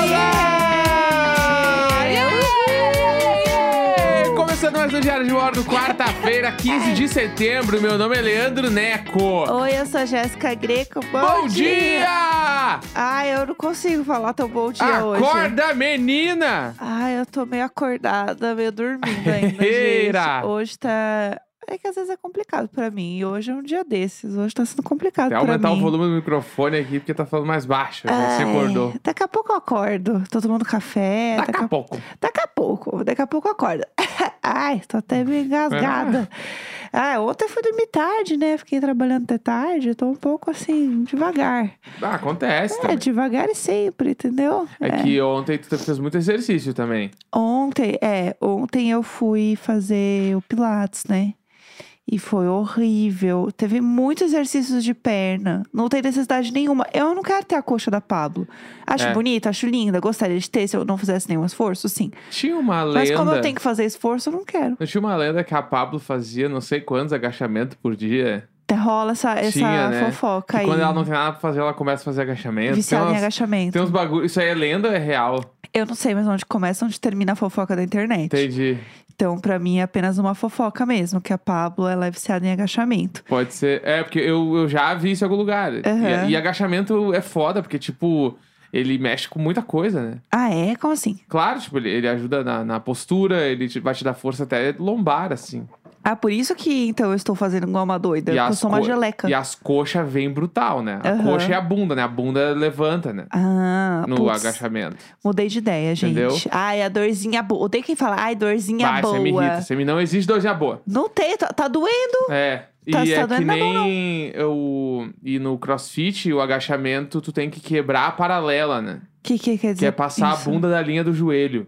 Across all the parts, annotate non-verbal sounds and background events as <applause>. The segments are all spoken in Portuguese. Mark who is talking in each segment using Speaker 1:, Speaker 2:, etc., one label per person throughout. Speaker 1: um Bordo, quarta-feira, 15 de setembro. Meu nome é Leandro Neco.
Speaker 2: Oi, eu sou a Jéssica Greco. Bom,
Speaker 1: Bom dia!
Speaker 2: Ai, eu não consigo falar tão bom dia hoje.
Speaker 1: Acorda, menina!
Speaker 2: Ai, eu tô meio acordada, meio dormindo
Speaker 1: <laughs>
Speaker 2: ainda,
Speaker 1: Eira!
Speaker 2: gente. Hoje tá... É que às vezes é complicado pra mim. E hoje é um dia desses. Hoje tá sendo complicado
Speaker 1: Até
Speaker 2: pra
Speaker 1: aumentar
Speaker 2: mim.
Speaker 1: o volume do microfone aqui, porque tá falando mais baixo. Você
Speaker 2: Ai,
Speaker 1: acordou. Tá
Speaker 2: Daqui a pouco eu acordo. Tô tomando café.
Speaker 1: Daqui a pouco.
Speaker 2: Daqui tá a pouco, daqui a pouco eu acordo. <laughs> Ai, tô até meio engasgada.
Speaker 1: É.
Speaker 2: Ah, ontem eu fui dormir tarde, né? Fiquei trabalhando até tarde, tô um pouco assim, devagar.
Speaker 1: Ah, acontece
Speaker 2: É,
Speaker 1: também.
Speaker 2: devagar e sempre, entendeu?
Speaker 1: É que ontem tu fez muito exercício também.
Speaker 2: Ontem, é, ontem eu fui fazer o Pilates, né? E foi horrível. Teve muitos exercícios de perna. Não tem necessidade nenhuma. Eu não quero ter a coxa da Pablo. Acho
Speaker 1: É.
Speaker 2: bonita, acho linda, gostaria de ter se eu não fizesse nenhum esforço, sim.
Speaker 1: Tinha uma lenda.
Speaker 2: Mas como eu tenho que fazer esforço, eu não quero.
Speaker 1: Não tinha uma lenda que a Pablo fazia não sei quantos agachamentos por dia?
Speaker 2: Até rola essa, essa
Speaker 1: Tinha, né?
Speaker 2: fofoca
Speaker 1: Que
Speaker 2: aí.
Speaker 1: quando ela não tem nada pra fazer, ela começa a fazer agachamento.
Speaker 2: Viciada
Speaker 1: tem,
Speaker 2: em
Speaker 1: umas-
Speaker 2: agachamento.
Speaker 1: tem uns bagulho. Isso aí é lenda ou é real?
Speaker 2: Eu não sei mais onde começa, onde termina a fofoca da internet.
Speaker 1: Entendi.
Speaker 2: Então, pra mim, é apenas uma fofoca mesmo, que a Pablo ela é viciada em agachamento.
Speaker 1: Pode ser. É, porque eu, eu já vi isso em algum lugar.
Speaker 2: Aham.
Speaker 1: E, e agachamento é foda, porque, tipo, ele mexe com muita coisa, né?
Speaker 2: Ah, é? Como assim?
Speaker 1: Claro, tipo, ele, ele ajuda na, na postura, ele te- vai te dar força até lombar, assim.
Speaker 2: Ah, por isso que então eu estou fazendo igual uma doida.
Speaker 1: E
Speaker 2: porque eu
Speaker 1: as
Speaker 2: sou uma
Speaker 1: co-
Speaker 2: geleca.
Speaker 1: E as coxas vêm brutal, né? A
Speaker 2: Aham.
Speaker 1: coxa e a bunda, né? A bunda levanta, né?
Speaker 2: Ah,
Speaker 1: No
Speaker 2: putz,
Speaker 1: agachamento.
Speaker 2: mudei de ideia, gente.
Speaker 1: Entendeu?
Speaker 2: Ai, a dorzinha boa. Odeio quem fala, ai, dorzinha
Speaker 1: Vai,
Speaker 2: boa.
Speaker 1: você me irrita. Você me não existe dorzinha boa.
Speaker 2: Não tem, tá, tá doendo.
Speaker 1: É. E
Speaker 2: Tá-
Speaker 1: é
Speaker 2: tá
Speaker 1: que
Speaker 2: doendo na mão,
Speaker 1: nem eu. E no crossfit, o agachamento, tu tem que quebrar a paralela, né?
Speaker 2: O que, que quer dizer?
Speaker 1: Que é passar
Speaker 2: isso?
Speaker 1: a bunda da linha do joelho.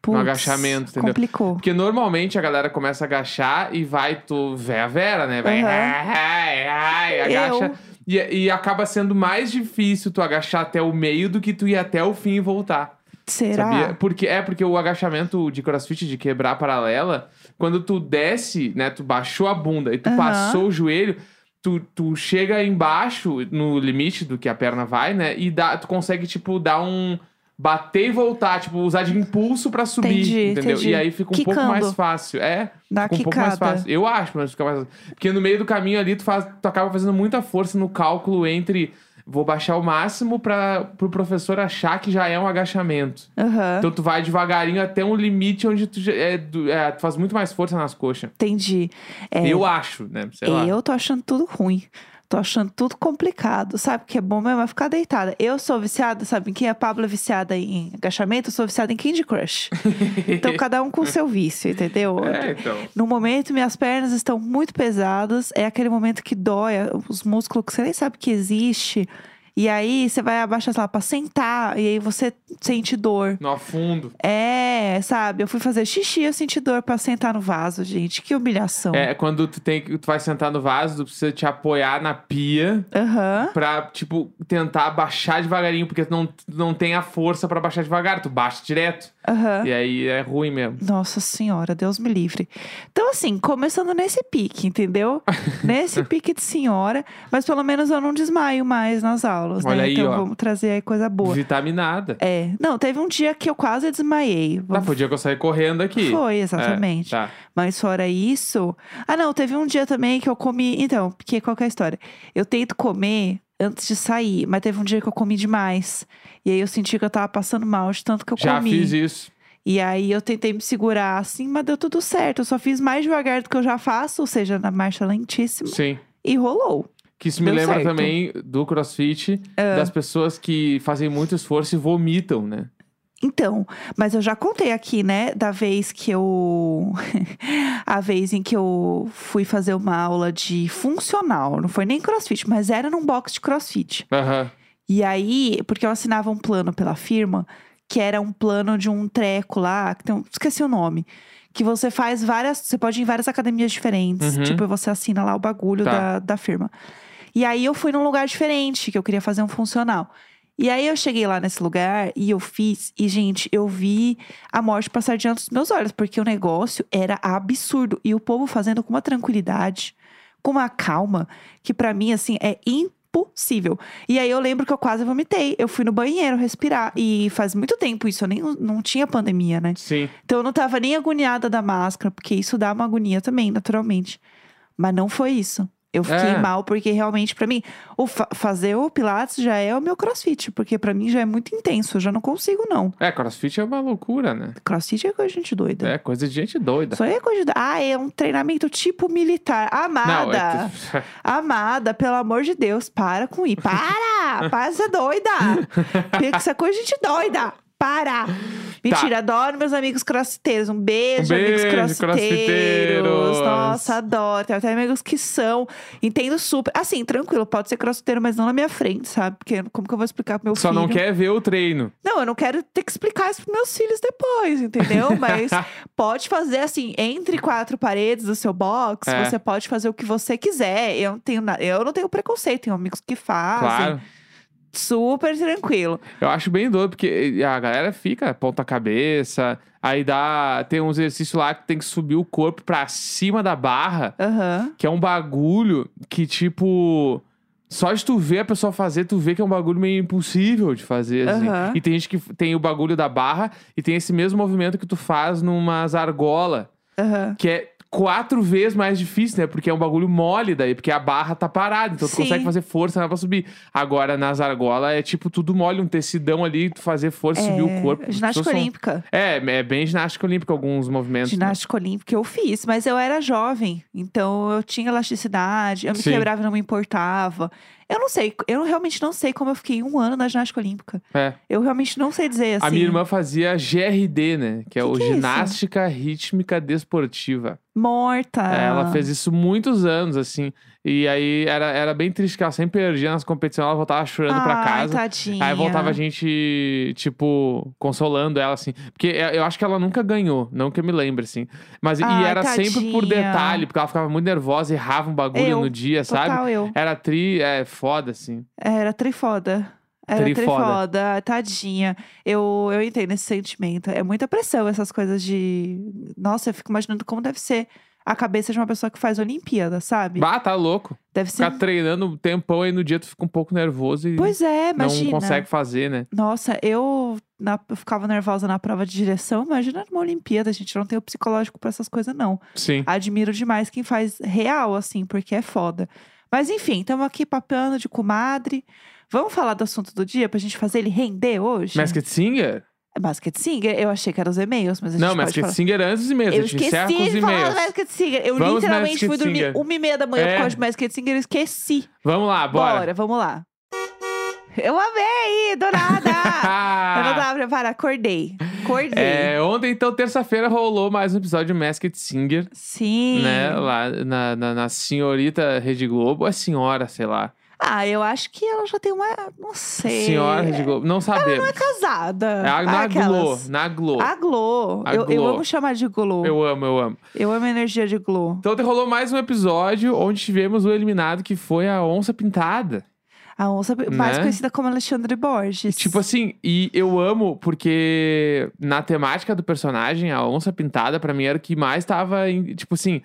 Speaker 2: Putz,
Speaker 1: agachamento, entendeu?
Speaker 2: Complicou.
Speaker 1: Porque normalmente a galera começa a agachar e vai, tu véia vera, né? Vai,
Speaker 2: Aham.
Speaker 1: ai, ai, agacha. E, e acaba sendo mais difícil tu agachar até o meio do que tu ir até o fim e voltar.
Speaker 2: Será?
Speaker 1: Sabia? Porque, é porque o agachamento de crossfit, de quebrar a paralela, quando tu desce, né? Tu baixou a bunda e tu
Speaker 2: Aham.
Speaker 1: passou o joelho. Tu, tu chega embaixo, no limite do que a perna vai, né? E dá, tu consegue, tipo, dar um. Bater e voltar, tipo, usar de impulso pra subir.
Speaker 2: Entendi,
Speaker 1: entendeu?
Speaker 2: entendi.
Speaker 1: E aí fica um pouco
Speaker 2: Quicando.
Speaker 1: mais fácil. É.
Speaker 2: Dá
Speaker 1: Fica um pouco mais
Speaker 2: quicada.
Speaker 1: fácil. Eu acho, mas fica mais fácil. Porque no meio do caminho ali, tu, faz, tu acaba fazendo muita força no cálculo entre vou baixar o máximo para pro professor achar que já é um agachamento.
Speaker 2: Aham,
Speaker 1: Então tu vai devagarinho até um limite onde tu, já- é, du- é, tu faz muito mais força nas coxas.
Speaker 2: entendi. É,
Speaker 1: Eu acho, né? Sei lá.
Speaker 2: Eu tô achando tudo ruim. Tô achando tudo complicado. Sabe o que é bom mesmo? É ficar deitada. Eu sou viciada, sabe em quem? A Pablo é viciada em agachamento, eu sou viciada em Candy Crush. então, cada um com o seu vício, entendeu?
Speaker 1: <laughs> É, então.
Speaker 2: No momento, minhas pernas estão muito pesadas. É aquele momento que dói os músculos que você nem sabe que existe. E aí, você vai abaixar, sei lá, pra sentar. E aí, você sente dor.
Speaker 1: No afundo.
Speaker 2: É, sabe? Eu fui fazer xixi, eu senti dor pra sentar no vaso, gente. Que humilhação.
Speaker 1: É, quando tu, tem, que- tu vai sentar no vaso, tu precisa te apoiar na pia
Speaker 2: Aham.
Speaker 1: pra, tipo, tentar baixar devagarinho, porque tu não, tu não tem a força pra baixar devagar, tu baixa direto.
Speaker 2: Aham.
Speaker 1: E aí é ruim mesmo.
Speaker 2: Nossa senhora, Deus me livre. Então, assim, começando nesse pique,
Speaker 1: <laughs>
Speaker 2: entendeu? nesse pique de senhora, mas pelo menos eu não desmaio mais nas aulas,
Speaker 1: Olha
Speaker 2: né?
Speaker 1: aí,
Speaker 2: então
Speaker 1: ó.
Speaker 2: vamos trazer aí coisa boa.
Speaker 1: Vitaminada.
Speaker 2: É. Não, teve um dia que eu quase desmaiei.
Speaker 1: Tá,
Speaker 2: Vamos-
Speaker 1: foi o dia que eu saí correndo aqui.
Speaker 2: Foi,
Speaker 1: É,
Speaker 2: exatamente.
Speaker 1: tá.
Speaker 2: Mas fora isso. Ah, não, teve um dia também que eu comi. Então, porque qual que é a história? Eu tento comer antes de sair, mas teve um dia que eu comi demais. E aí eu senti que eu tava passando mal de tanto que eu
Speaker 1: Já
Speaker 2: comi.
Speaker 1: fiz isso.
Speaker 2: E aí eu tentei me segurar assim, mas deu tudo certo. Eu só fiz mais devagar do que eu já faço, ou seja, na marcha lentíssima.
Speaker 1: Sim.
Speaker 2: E rolou.
Speaker 1: Que isso me
Speaker 2: Deu
Speaker 1: lembra
Speaker 2: certo. Ah.
Speaker 1: também do crossfit, das pessoas que fazem muito esforço e vomitam, né?
Speaker 2: Então, mas eu já contei aqui, né, da vez que eu. <laughs> a vez em que eu fui fazer uma aula de funcional. Não foi nem crossfit, mas era num box de crossfit.
Speaker 1: Aham.
Speaker 2: E aí, porque eu assinava um plano pela firma, que era um plano de um treco lá, que tem um, esqueci o nome. Que você faz várias. Você pode ir em várias academias diferentes.
Speaker 1: Uhum.
Speaker 2: Tipo, você assina lá o bagulho
Speaker 1: Tá.
Speaker 2: da, da firma. E aí eu fui num lugar diferente, que eu queria fazer um funcional. E aí eu cheguei lá nesse lugar e eu fiz. E, gente, eu vi a morte passar diante dos meus olhos, porque o negócio era absurdo. E o povo fazendo com uma tranquilidade, com uma calma, que pra mim, assim, é impossível impossível. E aí eu lembro que eu quase vomitei. Eu fui no banheiro respirar. E faz muito tempo isso, eu nem não tinha pandemia, né?
Speaker 1: Sim.
Speaker 2: Então eu não tava nem agoniada da máscara, porque isso dá uma agonia também, naturalmente. Mas não foi isso. Eu fiquei
Speaker 1: É.
Speaker 2: mal, porque realmente, pra mim, o fa- fazer o Pilates já é o meu crossfit, porque pra mim já é muito intenso, eu já não consigo, não.
Speaker 1: É, crossfit é uma loucura, né?
Speaker 2: Crossfit é coisa de gente doida.
Speaker 1: É coisa de gente doida.
Speaker 2: Isso aí é coisa de. Ah, é um treinamento tipo militar.
Speaker 1: Não,
Speaker 2: Amada!
Speaker 1: é tu-
Speaker 2: Amada, pelo amor de Deus, para com isso. Para! Para de ser doida! Porque isso é coisa de gente doida! Para! Mentira, adoro meus amigos crossfiteiros. Um beijo,
Speaker 1: Tá. Um beijo,
Speaker 2: amigos crossfiteiros.
Speaker 1: crossfiteiros.
Speaker 2: Nossa, adoro. Tenho até amigos que são. Entendo super. Assim, tranquilo, pode ser crossfiteiro, mas não na minha frente, sabe? Porque como que eu vou explicar pro meu
Speaker 1: <laughs> Só
Speaker 2: filho?
Speaker 1: não quer ver o treino.
Speaker 2: Não, eu não quero ter que explicar isso pros meus filhos depois, entendeu?
Speaker 1: <laughs>
Speaker 2: Mas pode fazer assim, entre quatro paredes do seu box,
Speaker 1: É.
Speaker 2: você pode fazer o que você quiser. Eu não tenho nada, eu não tenho preconceito, tenho amigos que fazem.
Speaker 1: Claro.
Speaker 2: Super tranquilo.
Speaker 1: Eu acho bem doido, porque a galera fica ponta cabeça, aí dá. Tem um exercício lá que tem que subir o corpo pra cima da barra,
Speaker 2: Aham.
Speaker 1: que é um bagulho que, tipo. Só de tu ver a pessoa fazer, tu vê que é um bagulho meio impossível de fazer, assim.
Speaker 2: Aham.
Speaker 1: E tem gente que f- tem o bagulho da barra e tem esse mesmo movimento que tu faz numas argola,
Speaker 2: aham.
Speaker 1: que é quatro vezes mais difícil, né? Porque é um bagulho mole daí, porque a barra tá parada, então tu
Speaker 2: Sim.
Speaker 1: consegue fazer força né, pra subir. Agora, nas argolas, é tipo tudo mole, um tecidão ali, tu fazer força, subir o
Speaker 2: É,
Speaker 1: corpo. As
Speaker 2: Ginástica
Speaker 1: pessoas são-
Speaker 2: olímpica.
Speaker 1: É, é bem ginástica olímpica alguns movimentos. né?
Speaker 2: Ginástica olímpica eu fiz, mas eu era jovem, então eu tinha elasticidade, eu me
Speaker 1: Sim.
Speaker 2: quebrava e não me importava. Eu não sei, eu realmente não sei como eu fiquei um ano na ginástica olímpica.
Speaker 1: É.
Speaker 2: Eu realmente não sei dizer assim.
Speaker 1: A minha irmã fazia GRD, né? Que é
Speaker 2: Que
Speaker 1: o
Speaker 2: que é isso?
Speaker 1: Ginástica Rítmica Desportiva.
Speaker 2: Morta.
Speaker 1: É, Ela fez isso muitos anos, assim. E aí era, era bem triste que ela sempre perdia nas competições, ela voltava chorando pra
Speaker 2: Ai,
Speaker 1: casa.
Speaker 2: Tadinha.
Speaker 1: Aí voltava a gente, tipo, consolando ela, assim. Porque eu eu acho que ela nunca ganhou, não que eu me lembre, assim. Mas e
Speaker 2: Ai,
Speaker 1: era sempre por
Speaker 2: tadinha.
Speaker 1: detalhe, porque ela ficava muito nervosa, errava um bagulho
Speaker 2: Eu,
Speaker 1: no dia, sabe?
Speaker 2: Total eu.
Speaker 1: Era tri, é foda, assim.
Speaker 2: Era trifoda. Era
Speaker 1: Trifoda.
Speaker 2: trifoda, tadinha. Eu, eu entendo esse sentimento. É muita pressão essas coisas de. Nossa, eu fico imaginando como deve ser a cabeça de uma pessoa que faz Olimpíada, sabe?
Speaker 1: Bah, tá louco.
Speaker 2: deve ser.
Speaker 1: Ficar treinando um tempão aí no dia tu fica um pouco nervoso e
Speaker 2: Pois é,
Speaker 1: não
Speaker 2: imagina.
Speaker 1: consegue fazer, né?
Speaker 2: Nossa, eu, na- eu ficava nervosa na prova de direção. Imagina numa Olimpíada, gente. Eu não tenho psicológico pra essas coisas, não.
Speaker 1: Sim.
Speaker 2: Admiro demais quem faz real, assim, porque é foda. Mas enfim, estamos aqui papeando de comadre. Vamos falar do assunto do dia pra gente fazer ele render hoje?
Speaker 1: Masked Singer?
Speaker 2: É Basket Singer? Eu achei que eram os e-mails, mas a gente
Speaker 1: Não,
Speaker 2: pode
Speaker 1: Masked
Speaker 2: falar.
Speaker 1: Singer é antes dos e-mails.
Speaker 2: Eu
Speaker 1: a gente
Speaker 2: esqueci
Speaker 1: encerra com os
Speaker 2: de falar né? do
Speaker 1: e-mails.
Speaker 2: Basket Singer. Eu
Speaker 1: Vamos,
Speaker 2: literalmente
Speaker 1: Basket
Speaker 2: fui dormir
Speaker 1: Singer.
Speaker 2: uma e meia da manhã
Speaker 1: É.
Speaker 2: por causa de Basket Singer e esqueci.
Speaker 1: Vamos lá, bora.
Speaker 2: vamos lá. Eu amei, do nada!
Speaker 1: <laughs>
Speaker 2: Eu não tava preparada, acordei. Acordei.
Speaker 1: Ah, É, ontem, então, terça-feira, rolou mais um episódio de Masked Singer,
Speaker 2: Sim.
Speaker 1: né? Lá na, na, na senhorita Rede Globo, ou é senhora, sei lá.
Speaker 2: Ah, eu acho que ela já tem uma. Não sei.
Speaker 1: Senhora Rede Globo, não sabemos.
Speaker 2: casada.
Speaker 1: É a- na Glo,
Speaker 2: Aquelas.
Speaker 1: na Glo.
Speaker 2: A Glo.
Speaker 1: A
Speaker 2: eu, eu
Speaker 1: Glo.
Speaker 2: amo chamar de Glo. Eu,
Speaker 1: Eu amo, eu amo.
Speaker 2: amo a energia de Glo.
Speaker 1: Então, rolou mais um episódio onde tivemos o eliminado que foi a Onça Pintada.
Speaker 2: A onça é mais conhecida como Alexandre Borges.
Speaker 1: Tipo assim, Né? e eu amo porque na temática do personagem, a onça pintada, pra mim era o que mais tava. em- tipo assim,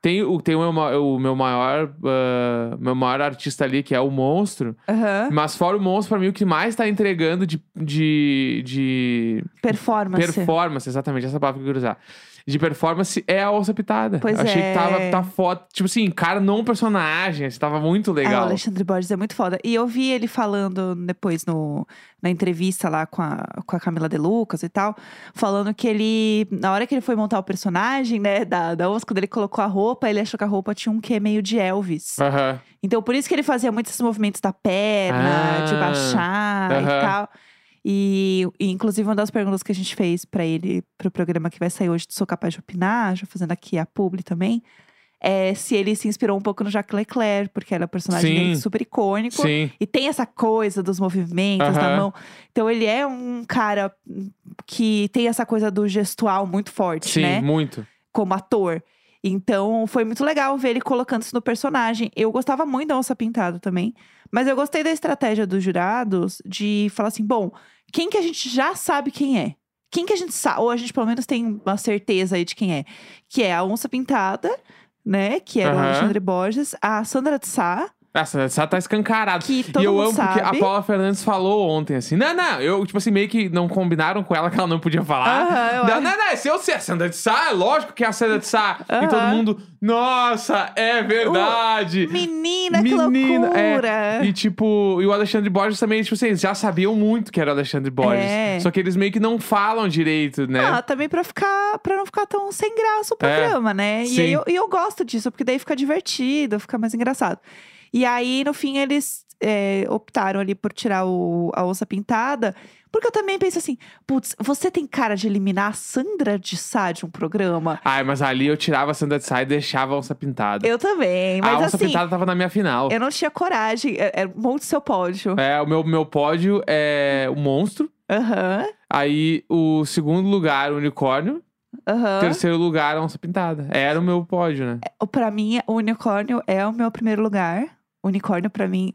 Speaker 1: tem, o, tem o, meu, ma- o meu maior. ah, meu maior artista ali, que é o monstro.
Speaker 2: Aham.
Speaker 1: Mas fora o monstro, pra mim, o que mais tá entregando de. de, de
Speaker 2: Performance.
Speaker 1: performance, exatamente, essa palavra que eu queria usar. De performance é a onça pintada.
Speaker 2: Pois
Speaker 1: eu achei
Speaker 2: é.
Speaker 1: que tava tá foda. Tipo assim, encarnou um personagem, assim, tava muito
Speaker 2: É, o
Speaker 1: legal.
Speaker 2: Alexandre Borges é muito foda. E eu vi ele falando depois no, na entrevista lá com a, com a Camila De Lucas e tal, falando que ele, na hora que ele foi montar o personagem, né, da, da onça, quando ele colocou a roupa, ele achou que a roupa tinha um quê meio de Elvis.
Speaker 1: Aham.
Speaker 2: Então, por isso que ele fazia muitos esses movimentos da perna,
Speaker 1: Ah,
Speaker 2: de baixar e
Speaker 1: aham.
Speaker 2: tal. E, e, inclusive, uma das perguntas que a gente fez pra ele, pro programa que vai sair hoje, do Sou Capaz de Opinar, já fazendo aqui a publi também, é se ele se inspirou um pouco no Jacques Leclerc, porque era um personagem
Speaker 1: Sim.
Speaker 2: dele super icônico.
Speaker 1: Sim.
Speaker 2: E tem essa coisa dos movimentos da
Speaker 1: Aham.
Speaker 2: mão. Então, ele é um cara que tem essa coisa do gestual muito forte,
Speaker 1: Sim,
Speaker 2: né?
Speaker 1: muito.
Speaker 2: como ator. Então, foi muito legal ver ele colocando isso no personagem. Eu gostava muito da Onça Pintada também. Mas eu gostei da estratégia dos jurados de falar assim: bom, quem que a gente já sabe quem é? Quem que a gente sabe, ou a gente pelo menos tem uma certeza aí de quem é? Que é a Onça Pintada, né? Que era o
Speaker 1: Aham.
Speaker 2: Alexandre Borges, a Sandra de Sá
Speaker 1: Essa, essa tá escancarada.
Speaker 2: Que todo
Speaker 1: e eu
Speaker 2: mundo
Speaker 1: amo porque a
Speaker 2: sabe.
Speaker 1: Paula Fernandes falou ontem assim: não, não, eu, tipo assim, meio que não combinaram com ela que ela não podia falar.
Speaker 2: Aham, eu
Speaker 1: não,
Speaker 2: acho.
Speaker 1: não, não, se eu sei a Sandra de Sá, é lógico que é a Sandra de Sá. E
Speaker 2: Aham.
Speaker 1: todo mundo, nossa, é verdade.
Speaker 2: Menina, que
Speaker 1: Menina, é.
Speaker 2: loucura!
Speaker 1: E tipo, e o Alexandre Borges também, tipo assim, eles já sabiam muito que era o Alexandre Borges.
Speaker 2: É.
Speaker 1: Só que eles meio que não falam direito, né? É,
Speaker 2: Ah, também pra ficar para não ficar tão sem graça o programa, né? E
Speaker 1: Sim.
Speaker 2: aí eu, e eu gosto disso, porque daí fica divertido, fica mais engraçado. E aí, no fim, eles é, optaram ali por tirar o- a onça pintada. Porque eu também penso assim, putz, você tem cara de eliminar a Sandra de Sá de um programa?
Speaker 1: Ai, mas ali eu tirava a Sandra de Sá e deixava a onça pintada.
Speaker 2: Eu também,
Speaker 1: a
Speaker 2: mas
Speaker 1: onça
Speaker 2: assim,
Speaker 1: pintada tava na minha final.
Speaker 2: eu não tinha coragem. É, é monte seu pódio.
Speaker 1: É, o meu, meu pódio é o monstro.
Speaker 2: Aham,
Speaker 1: Aí o segundo lugar, o unicórnio.
Speaker 2: aham.
Speaker 1: Terceiro lugar, a onça pintada. Era o meu pódio, né?
Speaker 2: O- Pra mim, o unicórnio é o meu primeiro lugar. Unicórnio, pra mim.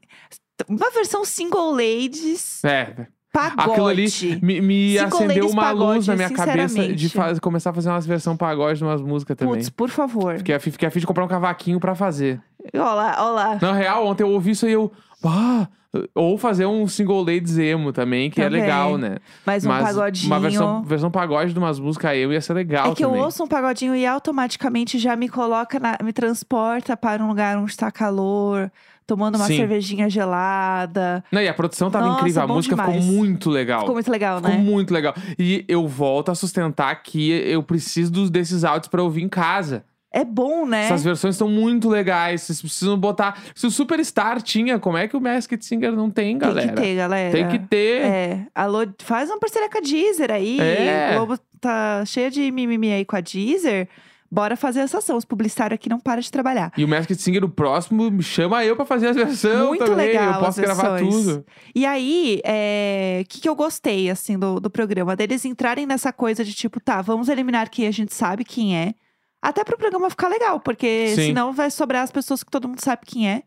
Speaker 2: Uma versão single ladies
Speaker 1: É.
Speaker 2: pagode.
Speaker 1: Aquilo ali me, me
Speaker 2: Cinco
Speaker 1: acendeu
Speaker 2: ladies
Speaker 1: uma luz
Speaker 2: pagode,
Speaker 1: na minha cabeça de
Speaker 2: sinceramente.
Speaker 1: faz- começar a fazer umas versões pagode de umas músicas também.
Speaker 2: Putz, por favor.
Speaker 1: Fiquei a, fi- fiquei a fim de comprar um cavaquinho pra fazer.
Speaker 2: Olha lá, olha lá.
Speaker 1: Na real, ontem eu ouvi isso e eu. "Ah!" ou fazer um single ladies emo também, que
Speaker 2: Também.
Speaker 1: é legal, né?
Speaker 2: Mais um
Speaker 1: Mas
Speaker 2: pagodinho.
Speaker 1: Uma versão, versão pagode de umas músicas eu ia ser legal
Speaker 2: é que
Speaker 1: também.
Speaker 2: eu ouço um pagodinho e automaticamente já me coloca, na- me transporta para um lugar onde está calor, tomando uma
Speaker 1: Sim.
Speaker 2: cervejinha gelada.
Speaker 1: Não, e a produção tava
Speaker 2: Nossa,
Speaker 1: incrível, a
Speaker 2: bom
Speaker 1: música
Speaker 2: demais.
Speaker 1: ficou muito legal.
Speaker 2: Ficou muito legal,
Speaker 1: Ficou
Speaker 2: né?
Speaker 1: muito legal. E eu volto a sustentar que eu preciso dos- desses áudios pra ouvir em casa.
Speaker 2: É bom, né?
Speaker 1: Essas versões são muito legais. Vocês precisam botar. Se o Superstar tinha, como é que o Masked Singer não tem,
Speaker 2: Tem
Speaker 1: galera?
Speaker 2: que ter, galera.
Speaker 1: Tem que ter.
Speaker 2: É, alô, faz uma parceria com a Deezer aí.
Speaker 1: É.
Speaker 2: O Globo tá cheia de mimimi aí com a Deezer. Bora fazer essa ação. Os publicitários aqui não param de trabalhar.
Speaker 1: E o Masked Singer, o próximo, me chama eu pra fazer as versões
Speaker 2: Muito
Speaker 1: também.
Speaker 2: legal
Speaker 1: eu
Speaker 2: as
Speaker 1: posso gravar
Speaker 2: versões.
Speaker 1: tudo.
Speaker 2: E aí, é, o que, que eu gostei, assim, do, do programa? Deles entrarem nessa coisa de tipo, tá, vamos eliminar quem a gente sabe quem é. Até pro programa ficar legal, porque
Speaker 1: Sim.
Speaker 2: senão vai sobrar as pessoas que todo mundo sabe quem é,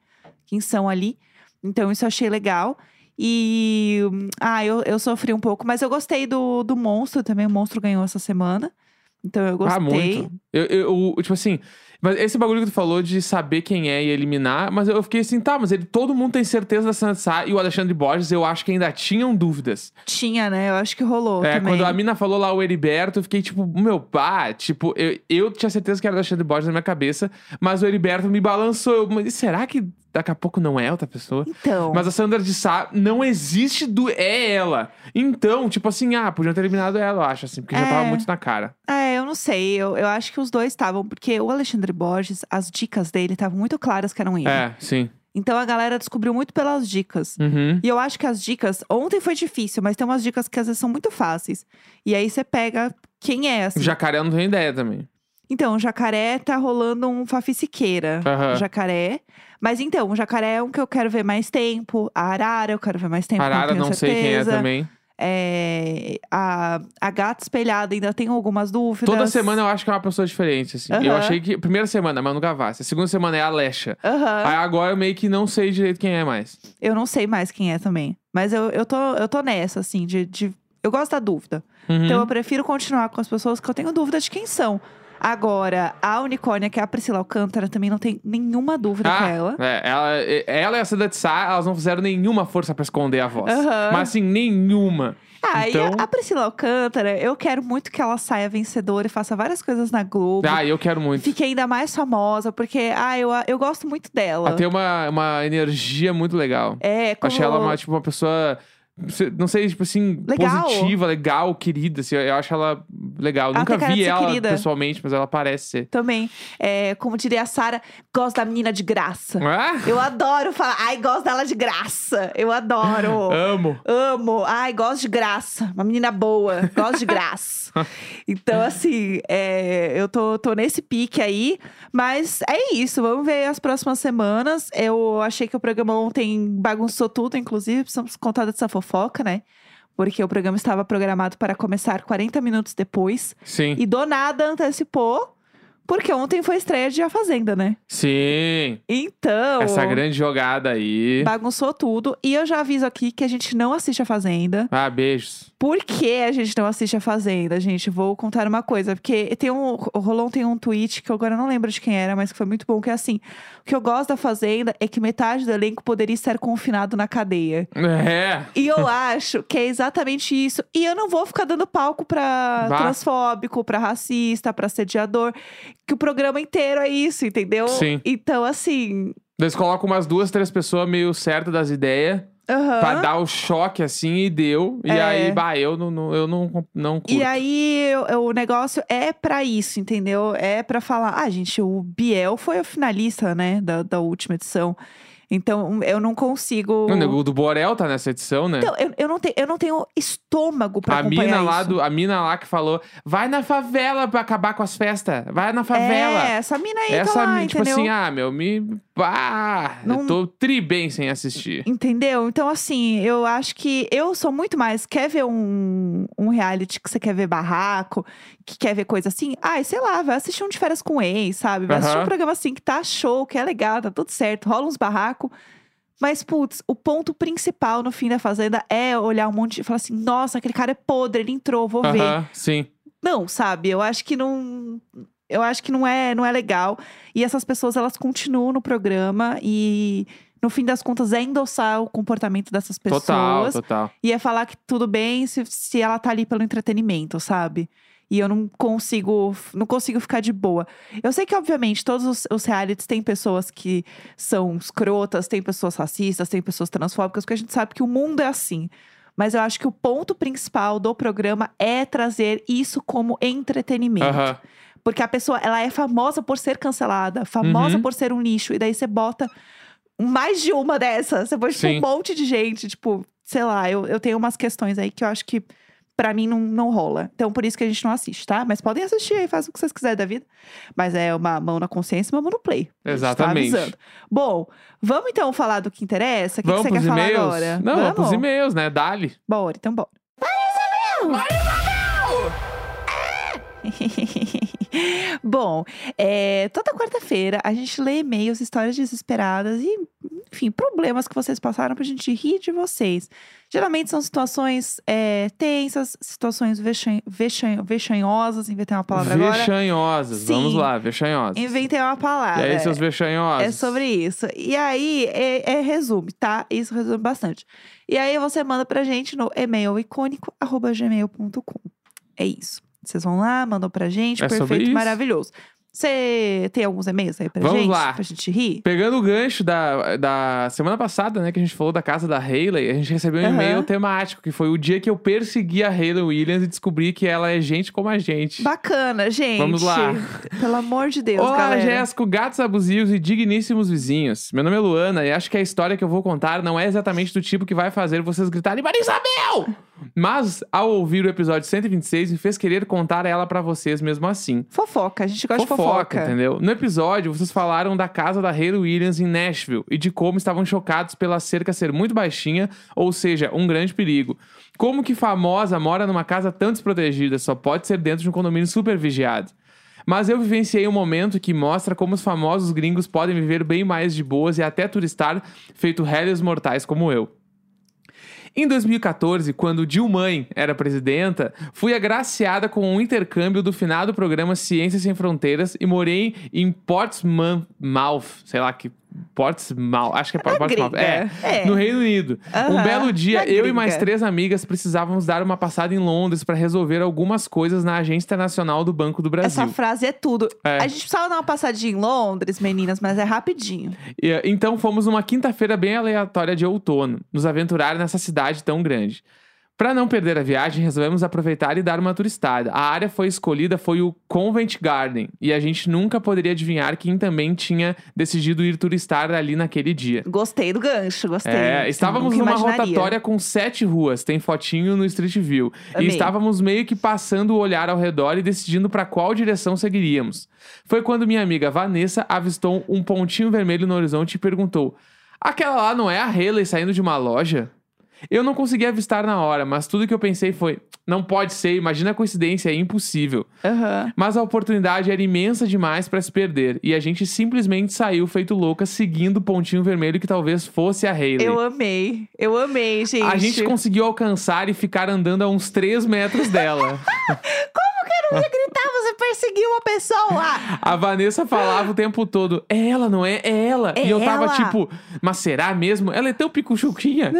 Speaker 2: quem são ali. Então, isso eu achei legal. E. hum, Ah, eu, eu sofri um pouco, mas eu gostei do, do monstro também. O monstro ganhou essa semana. Então, eu gostei.
Speaker 1: Ah, muito. Eu, eu- eu- tipo assim. Mas esse bagulho que tu falou de saber quem é e eliminar, mas eu fiquei assim, tá, mas ele, todo mundo tem certeza da Sandra Sá e o Alexandre Borges, eu acho que ainda tinham dúvidas.
Speaker 2: Tinha, né? Eu acho que rolou.
Speaker 1: É,
Speaker 2: também.
Speaker 1: quando a mina falou lá o Heriberto, eu fiquei tipo, meu pá, tipo, eu, eu tinha certeza que era o Alexandre Borges na minha cabeça, mas o Heriberto me balançou. Eu, mas será que daqui a pouco não é outra pessoa?
Speaker 2: Então.
Speaker 1: Mas a Sandra de Sá não existe do. É ela. Então, tipo assim, ah, podiam ter eliminado ela, eu acho, assim, porque já
Speaker 2: É.
Speaker 1: tava muito na cara.
Speaker 2: É, eu não sei. Eu, eu acho que os dois estavam, porque o Alexandre Borges, as dicas dele estavam muito claras que eram ele.
Speaker 1: É, sim.
Speaker 2: Então a galera descobriu muito pelas dicas.
Speaker 1: Uhum.
Speaker 2: E eu acho que as dicas. Ontem foi difícil, mas tem umas dicas que às vezes são muito fáceis. E aí você pega quem é,
Speaker 1: O
Speaker 2: assim.
Speaker 1: jacaré eu não tenho ideia também.
Speaker 2: Então, o jacaré tá rolando um Fafi Siqueira.
Speaker 1: Aham.
Speaker 2: Jacaré. Mas então, o jacaré é um que eu quero ver mais tempo. A arara, eu quero ver mais tempo.
Speaker 1: Arara,
Speaker 2: não, tenho
Speaker 1: não sei quem é
Speaker 2: certeza.
Speaker 1: também.
Speaker 2: É, a, a gata espelhada ainda tem algumas dúvidas.
Speaker 1: Toda semana eu acho que é uma pessoa diferente, assim. Eu
Speaker 2: Aham.
Speaker 1: achei que. Primeira semana, é Manu Gavassi. Segunda semana é a Alexa.
Speaker 2: Aham.
Speaker 1: Aí agora eu meio que não sei direito quem é mais.
Speaker 2: Eu não sei mais quem é também. Mas eu, eu, tô, eu tô nessa, assim, de, de- Eu gosto da dúvida.
Speaker 1: Uhum.
Speaker 2: Então eu prefiro continuar com as pessoas que eu tenho dúvida de quem são. Agora, a unicórnia, que é a Priscila Alcântara, também não tem nenhuma dúvida com ela.
Speaker 1: É, ela, e- ela e a Sandra de Sá, elas não fizeram nenhuma força pra esconder a voz.
Speaker 2: Aham.
Speaker 1: Mas assim, nenhuma.
Speaker 2: Ah, e a-
Speaker 1: então-
Speaker 2: a Priscila Alcântara, eu quero muito que ela saia vencedora e faça várias coisas na Globo.
Speaker 1: Ah, eu quero muito.
Speaker 2: Fique ainda mais famosa, porque, ah, eu, eu gosto muito dela.
Speaker 1: Ela tem uma, uma energia muito legal.
Speaker 2: É, como...
Speaker 1: Achei ela uma, tipo, uma pessoa. se- Não sei, tipo assim,
Speaker 2: Legal.
Speaker 1: positiva, legal, querida. Assim, eu acho ela legal. Eu
Speaker 2: Ela
Speaker 1: Nunca
Speaker 2: tem cara
Speaker 1: vi
Speaker 2: de ser
Speaker 1: ela
Speaker 2: querida.
Speaker 1: pessoalmente, mas ela parece ser.
Speaker 2: Também, é, como diria a Sara, gosto da menina de graça.
Speaker 1: Ah,
Speaker 2: Eu adoro falar, ai, gosto dela de graça. Eu adoro.
Speaker 1: amo.
Speaker 2: Amo. Ai, gosto de graça. Uma menina boa, gosto de graça. Então, assim, é, eu tô, tô nesse pique aí. Mas é isso, vamos ver as próximas semanas. Eu achei que o programa ontem bagunçou tudo, inclusive, precisamos contar dessa fofoca, né? Porque o programa estava programado para começar 40 minutos depois.
Speaker 1: Sim.
Speaker 2: E do nada antecipou Porque ontem foi estreia de A Fazenda, né?
Speaker 1: Sim.
Speaker 2: Então.
Speaker 1: Essa é grande jogada aí.
Speaker 2: Bagunçou tudo. E eu já aviso aqui que a gente não assiste A Fazenda.
Speaker 1: Ah, beijos.
Speaker 2: Por que a gente não assiste a Fazenda, gente? Vou contar uma coisa, porque tem um. Rolou tem um tweet que eu agora não lembro de quem era, mas que foi muito bom, que é assim: o que eu gosto da Fazenda é que metade do elenco poderia estar confinado na cadeia.
Speaker 1: É.
Speaker 2: E
Speaker 1: <laughs>
Speaker 2: eu acho que é exatamente isso. E eu não vou ficar dando palco pra
Speaker 1: Vá.
Speaker 2: transfóbico, pra racista, pra sediador. Que o programa inteiro é isso, entendeu?
Speaker 1: Sim.
Speaker 2: Então, assim.
Speaker 1: Eles colocam umas duas, três pessoas meio certas das ideias.
Speaker 2: aham.
Speaker 1: Pra dar o choque assim e deu. E
Speaker 2: É.
Speaker 1: aí, bah, eu não, não- eu não, não curto.
Speaker 2: E aí, eu- eu- o negócio é pra isso, entendeu? É pra falar, ah, gente, o Biel foi o finalista, né, da, da última edição. Então, eu não consigo.
Speaker 1: O nego do Borel tá nessa edição, né?
Speaker 2: Então, eu, eu não tenho, eu não tenho estômago pra
Speaker 1: a mina
Speaker 2: acompanhar
Speaker 1: lá
Speaker 2: isso.
Speaker 1: do, a mina lá que falou: "Vai na favela pra acabar com as festas. Vai na favela".
Speaker 2: É, essa mina aí
Speaker 1: Essa,
Speaker 2: tá lá,
Speaker 1: tipo
Speaker 2: entendeu?
Speaker 1: assim, ah, meu, me pá, eu
Speaker 2: Não-
Speaker 1: tô tri bem sem assistir.
Speaker 2: Entendeu? Então, assim, eu acho que eu sou muito mais. Quer ver um, um reality que você quer ver barraco, que quer ver coisa assim? Ai, sei lá, vai assistir um de férias com ex, sabe? Vai assistir
Speaker 1: Aham.
Speaker 2: um programa assim que tá show, que é legal, tá tudo certo, rola uns barracos. Mas, putz, o ponto principal no fim da Fazenda é olhar um monte de. falar assim, nossa, aquele cara é podre, ele entrou, vou ver.
Speaker 1: Aham, sim.
Speaker 2: Não, sabe? Eu acho que não. Eu acho que não é, não é legal. E essas pessoas, elas continuam no programa e. No fim das contas, é endossar o comportamento dessas pessoas.
Speaker 1: Total, total.
Speaker 2: E é falar que tudo bem se, se ela tá ali pelo entretenimento, sabe? E eu não consigo, não consigo ficar de boa. Eu sei que, obviamente, todos os, os realities têm pessoas que são escrotas, tem pessoas racistas, tem pessoas transfóbicas, porque a gente sabe que o mundo é assim. Mas eu acho que o ponto principal do programa é trazer isso como entretenimento.
Speaker 1: Aham.
Speaker 2: Porque a pessoa, ela é famosa por ser cancelada, famosa
Speaker 1: Uhum.
Speaker 2: por ser um lixo. E daí você bota mais de uma dessas. Você bota tipo,
Speaker 1: Sim.
Speaker 2: um monte de gente. Tipo, sei lá, eu, eu tenho umas questões aí que eu acho que pra mim não, não rola. Então por isso que a gente não assiste, tá? Mas podem assistir aí, faz o que vocês quiserem da vida. Mas é uma mão na consciência e uma mão no play. A gente
Speaker 1: Exatamente.
Speaker 2: Tá avisando. Bom, vamos então falar do que interessa? O que, que
Speaker 1: Vamos
Speaker 2: você quer
Speaker 1: pros
Speaker 2: falar
Speaker 1: e-mails?
Speaker 2: agora?
Speaker 1: Não, vamos pros e-mails, né? Dali.
Speaker 2: Bora, então bora. <laughs> Bom, é, toda quarta-feira a gente lê e-mails, histórias desesperadas e, enfim, problemas que vocês passaram pra gente rir de vocês. Geralmente são situações é, tensas, situações vexan, vexan, vexanhosas, inventei uma palavra agora.
Speaker 1: Vexanhosas. Vamos
Speaker 2: Sim.
Speaker 1: lá, vexanhosas.
Speaker 2: Inventei uma palavra.
Speaker 1: E aí, seus vexanhosos?
Speaker 2: É sobre isso. E aí, é, é resume, tá? Isso resume bastante. E aí, você manda pra gente no e-mail icônico.gmail.com. É isso. Vocês vão lá, mandam pra gente.
Speaker 1: É sobre
Speaker 2: perfeito,
Speaker 1: isso.
Speaker 2: maravilhoso. Você tem alguns e-mails aí pra
Speaker 1: Vamos
Speaker 2: gente?
Speaker 1: lá.
Speaker 2: Pra gente rir?
Speaker 1: Pegando o gancho da, da semana passada, né, que a gente falou da casa da Hayley, a gente recebeu um
Speaker 2: Aham.
Speaker 1: e-mail temático, que foi o dia que eu persegui a Hayley Williams e descobri que ela é gente como a gente.
Speaker 2: Bacana, gente.
Speaker 1: Vamos lá.
Speaker 2: Pelo amor de Deus,
Speaker 1: Olá,
Speaker 2: galera.
Speaker 1: Jéssico, gatos abusivos e digníssimos vizinhos. Meu nome é Luana e acho que a história que eu vou contar não é exatamente do tipo que vai fazer vocês gritarem Maria Isabel! Mas, ao ouvir o episódio 126, me fez querer contar ela pra vocês mesmo assim.
Speaker 2: Fofoca. A gente gosta de fofoca.
Speaker 1: entendeu? No episódio, vocês falaram da casa da Hayley Williams em Nashville e de como estavam chocados pela cerca ser muito baixinha, ou seja, um grande perigo. Como que famosa mora numa casa tão desprotegida, só pode ser dentro de um condomínio super vigiado. Mas eu vivenciei um momento que mostra como os famosos gringos podem viver bem mais de boas e até turistar, feito réis mortais como eu. Em 2014, quando Dilmãe era presidenta, fui agraciada com um intercâmbio do finado programa Ciências Sem Fronteiras e morei em Portsmouth, sei lá que Portsmouth, acho que é
Speaker 2: Na
Speaker 1: Portsmouth, é,
Speaker 2: gringa. É.
Speaker 1: no Reino Unido. Um
Speaker 2: Aham,
Speaker 1: belo dia,
Speaker 2: na
Speaker 1: eu e mais
Speaker 2: gringa.
Speaker 1: três amigas precisávamos dar uma passada em Londres para resolver algumas coisas na agência internacional do Banco do Brasil.
Speaker 2: Essa frase é tudo.
Speaker 1: É.
Speaker 2: A gente precisava dar uma passadinha em Londres, meninas, mas é rapidinho.
Speaker 1: E, Então fomos numa quinta-feira bem aleatória de outono, nos aventurar nessa cidade tão grande. Para não perder a viagem, resolvemos aproveitar e dar uma turistada. A área foi escolhida foi o Covent Garden, e a gente nunca poderia adivinhar quem também tinha decidido ir turistar ali naquele dia.
Speaker 2: Gostei do gancho, gostei.
Speaker 1: É, estávamos
Speaker 2: Nunca
Speaker 1: numa
Speaker 2: imaginaria.
Speaker 1: rotatória com sete ruas, tem fotinho no Street View. E
Speaker 2: Amei.
Speaker 1: estávamos meio que passando o olhar ao redor e decidindo para qual direção seguiríamos. Foi quando minha amiga Vanessa avistou um pontinho vermelho no horizonte e perguntou: Aquela lá não é a Haley saindo de uma loja? Eu não consegui avistar na hora, mas tudo que eu pensei foi: não pode ser, imagina a coincidência, é impossível.
Speaker 2: Aham.
Speaker 1: Mas a oportunidade era imensa demais pra se perder. E a gente simplesmente saiu feito louca, seguindo o pontinho vermelho que talvez fosse a Hayley.
Speaker 2: Eu amei. Eu amei, gente.
Speaker 1: A gente conseguiu alcançar e ficar andando a uns 3
Speaker 2: <laughs>
Speaker 1: metros dela.
Speaker 2: Eu ia gritar, Tá, você perseguiu uma
Speaker 1: <laughs>
Speaker 2: pessoa!
Speaker 1: A Vanessa falava o tempo todo: é ela, não é? É ela.
Speaker 2: É
Speaker 1: e eu tava
Speaker 2: ela.
Speaker 1: tipo, mas será mesmo? Ela é
Speaker 2: <laughs>
Speaker 1: tão picuchuquinha.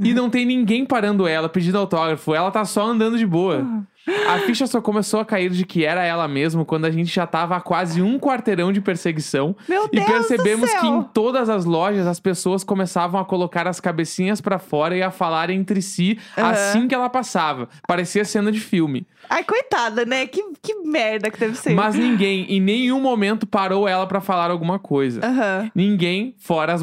Speaker 1: e não tem ninguém parando ela, pedindo autógrafo. Ela tá só andando de boa.
Speaker 2: Ah.
Speaker 1: A ficha só começou a cair de que era ela mesmo quando a gente já tava a quase um quarteirão de perseguição.
Speaker 2: Meu
Speaker 1: E
Speaker 2: Deus
Speaker 1: percebemos
Speaker 2: do céu.
Speaker 1: que em todas as lojas as pessoas começavam a colocar as cabecinhas pra fora e a falar entre si
Speaker 2: Aham.
Speaker 1: assim que ela passava. Parecia cena de filme.
Speaker 2: Ai, coitada, né? Que, que merda que deve ser.
Speaker 1: Mas ninguém em nenhum momento parou ela pra falar alguma coisa.
Speaker 2: Aham.
Speaker 1: Ninguém, fora as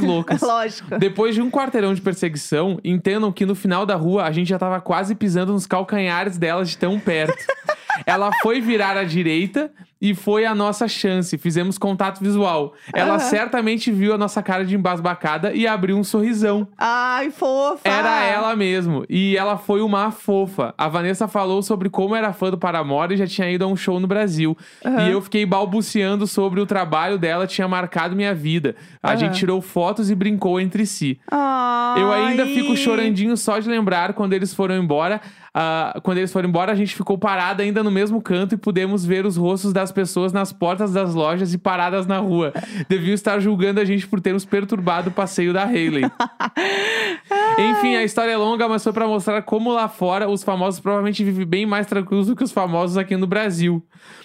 Speaker 2: <laughs>
Speaker 1: loucas.
Speaker 2: Lógico.
Speaker 1: Depois de um quarteirão de perseguição, entendam que no final da rua a gente já tava quase pisando nos calcanhares delas de tão perto.
Speaker 2: <laughs>
Speaker 1: Ela foi virar à direita e foi a nossa chance. Fizemos contato visual. Ela
Speaker 2: Aham.
Speaker 1: certamente viu a nossa cara de embasbacada e abriu um sorrisão.
Speaker 2: Ai, fofa.
Speaker 1: Era ela mesmo. E ela foi uma fofa. A Vanessa falou sobre como era fã do Paramore e já tinha ido a um show no Brasil.
Speaker 2: Aham.
Speaker 1: E eu fiquei balbuciando sobre o trabalho dela, tinha marcado minha vida. A
Speaker 2: Aham.
Speaker 1: gente tirou fotos e brincou entre si.
Speaker 2: Ai.
Speaker 1: Eu ainda fico chorandinho só de lembrar quando eles foram embora. Ah, quando eles foram embora, a gente ficou parada ainda no mesmo canto e pudemos ver os rostos das pessoas nas portas das lojas e paradas na rua. Deviam estar julgando a gente por termos perturbado o passeio
Speaker 2: <laughs>
Speaker 1: da Hayley. Enfim, a história é longa, mas foi pra mostrar como lá fora os famosos provavelmente vivem bem mais tranquilos do que os famosos aqui no Brasil.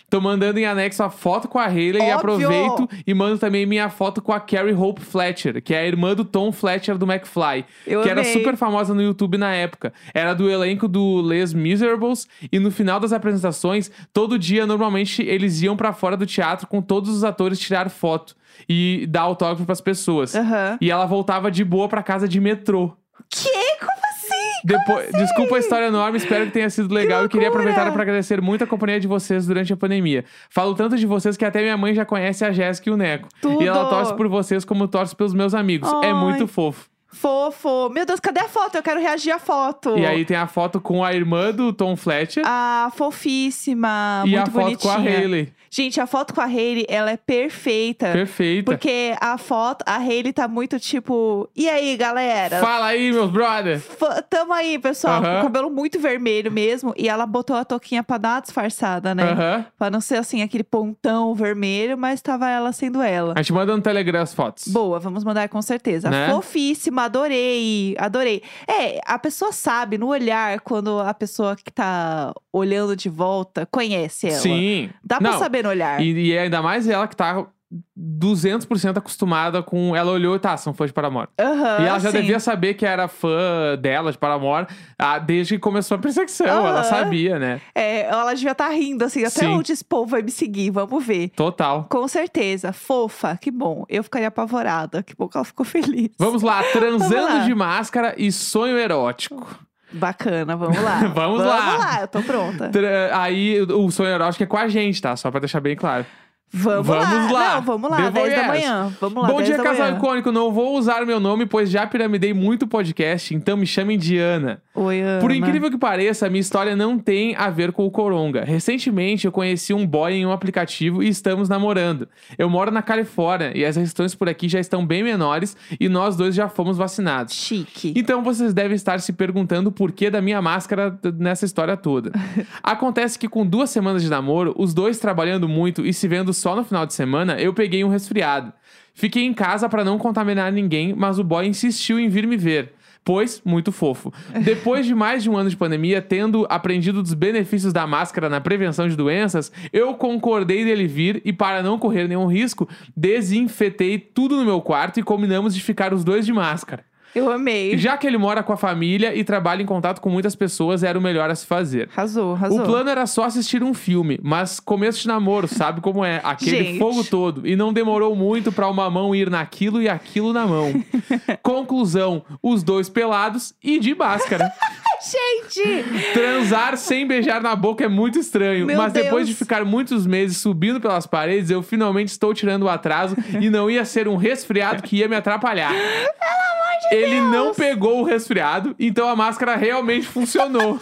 Speaker 1: Tô mandando em anexo a foto com a Hayley e
Speaker 2: Óbvio!
Speaker 1: aproveito e mando também minha foto com a Carrie Hope Fletcher, que é a irmã do Tom Fletcher do McFly,
Speaker 2: Eu
Speaker 1: que era
Speaker 2: amei.
Speaker 1: super famosa no YouTube na época. Era do elenco do Les Miserables e no final das apresentações, todo dia normalmente eles iam pra fora do teatro com todos os atores tirar foto e dar autógrafo pras pessoas.
Speaker 2: Aham.
Speaker 1: E ela voltava de boa pra casa de metrô.
Speaker 2: Que? Como assim?
Speaker 1: Depois, desculpa a história enorme, espero que tenha sido legal. Eu queria
Speaker 2: loucura!
Speaker 1: aproveitar para agradecer muito a companhia de vocês durante a pandemia. Falo tanto de vocês que até minha mãe já conhece a Jéssica e o Neco.
Speaker 2: Tudo!
Speaker 1: E ela torce por vocês como torce pelos meus amigos.
Speaker 2: Ai.
Speaker 1: É muito fofo.
Speaker 2: Fofo. Meu Deus, cadê a foto? Eu quero reagir à foto.
Speaker 1: E aí tem a foto com a irmã do Tom Fletcher
Speaker 2: Ah, fofíssima.
Speaker 1: e
Speaker 2: Ah, muito
Speaker 1: a foto
Speaker 2: bonitinha.
Speaker 1: com a Hayley.
Speaker 2: Gente, a foto com a Hayley, ela é perfeita.
Speaker 1: Perfeita.
Speaker 2: Porque a foto, a Hayley tá muito tipo... E aí, galera?
Speaker 1: Fala aí, meus brother.
Speaker 2: F- Tamo aí, pessoal.
Speaker 1: Aham.
Speaker 2: Com o cabelo muito vermelho mesmo. E ela botou a touquinha pra dar uma disfarçada, né?
Speaker 1: Aham.
Speaker 2: Pra não ser assim, aquele pontão vermelho, mas tava ela sendo ela.
Speaker 1: A gente manda no Telegram as fotos.
Speaker 2: Boa, vamos mandar com certeza.
Speaker 1: Né?
Speaker 2: Fofíssima, adorei, adorei. É, a pessoa sabe no olhar quando a pessoa que tá olhando de volta conhece ela.
Speaker 1: Sim.
Speaker 2: Dá
Speaker 1: Não.
Speaker 2: pra saber no olhar.
Speaker 1: E, e ainda mais ela que tá 200% acostumada com. Ela olhou e tá, são fãs de Paramore.
Speaker 2: Aham,
Speaker 1: E ela já
Speaker 2: Ah, sim.
Speaker 1: devia saber que era fã dela, de Paramore, ah, desde que começou a perseguição. Ela
Speaker 2: Aham.
Speaker 1: sabia, né?
Speaker 2: É, ela devia estar rindo, assim, até
Speaker 1: Sim.
Speaker 2: onde esse povo vai me seguir, vamos ver.
Speaker 1: Total.
Speaker 2: Com certeza, fofa, que bom. Eu ficaria apavorada, que bom que ela ficou feliz. <laughs>
Speaker 1: Vamos lá, transando
Speaker 2: lá.
Speaker 1: de máscara e sonho erótico.
Speaker 2: Bacana, vamos lá.
Speaker 1: <laughs> Vamos lá.
Speaker 2: Vamos lá, eu tô pronta.
Speaker 1: Tra- aí o sonho erótico é com a gente, tá? Só pra deixar bem claro.
Speaker 2: Vamos,
Speaker 1: Vamos lá.
Speaker 2: Não, vamos lá,
Speaker 1: The
Speaker 2: 10 da
Speaker 1: Voyeurs.
Speaker 2: manhã. Vamos lá,
Speaker 1: Bom
Speaker 2: 10
Speaker 1: dia,
Speaker 2: da
Speaker 1: casal
Speaker 2: manhã.
Speaker 1: icônico. Não vou usar meu nome, pois já piramidei muito podcast, então me chamem de Ana.
Speaker 2: Oi, Ana.
Speaker 1: Por incrível que pareça, a minha história não tem a ver com o Coronga. Recentemente, eu conheci um boy em um aplicativo e estamos namorando. Eu moro na Califórnia e as restrições por aqui já estão bem menores e nós dois já fomos vacinados.
Speaker 2: Chique.
Speaker 1: Então vocês devem estar se perguntando o porquê da minha máscara t- nessa história toda. Acontece que com duas semanas de namoro, os dois trabalhando muito e se vendo só no final de semana, eu peguei um resfriado. Fiquei em casa pra não contaminar ninguém, mas o boy insistiu em vir me ver. Pois, muito fofo. Depois de mais de um ano de pandemia, tendo aprendido dos benefícios da máscara na prevenção de doenças, eu concordei dele vir e, para não correr nenhum risco, desinfetei tudo no meu quarto e combinamos de ficar os dois de máscara.
Speaker 2: Eu amei.
Speaker 1: Já que ele mora com a família e trabalha em contato com muitas pessoas, era o melhor a se fazer.
Speaker 2: Arrasou, arrasou.
Speaker 1: O plano era só assistir um filme, mas começo de namoro, sabe como é? Aquele
Speaker 2: Gente.
Speaker 1: fogo todo. E não demorou muito pra uma mão ir naquilo e aquilo
Speaker 2: <laughs>
Speaker 1: na mão. Conclusão: os dois pelados e de máscara.
Speaker 2: <laughs> Gente!
Speaker 1: Transar sem beijar na boca é muito estranho.
Speaker 2: Meu
Speaker 1: mas depois
Speaker 2: Deus.
Speaker 1: de ficar muitos meses subindo pelas paredes, eu finalmente estou tirando o atraso e não ia ser um resfriado que ia me
Speaker 2: <laughs>
Speaker 1: atrapalhar. Pelo amor de Ele não pegou o resfriado, então a máscara realmente funcionou.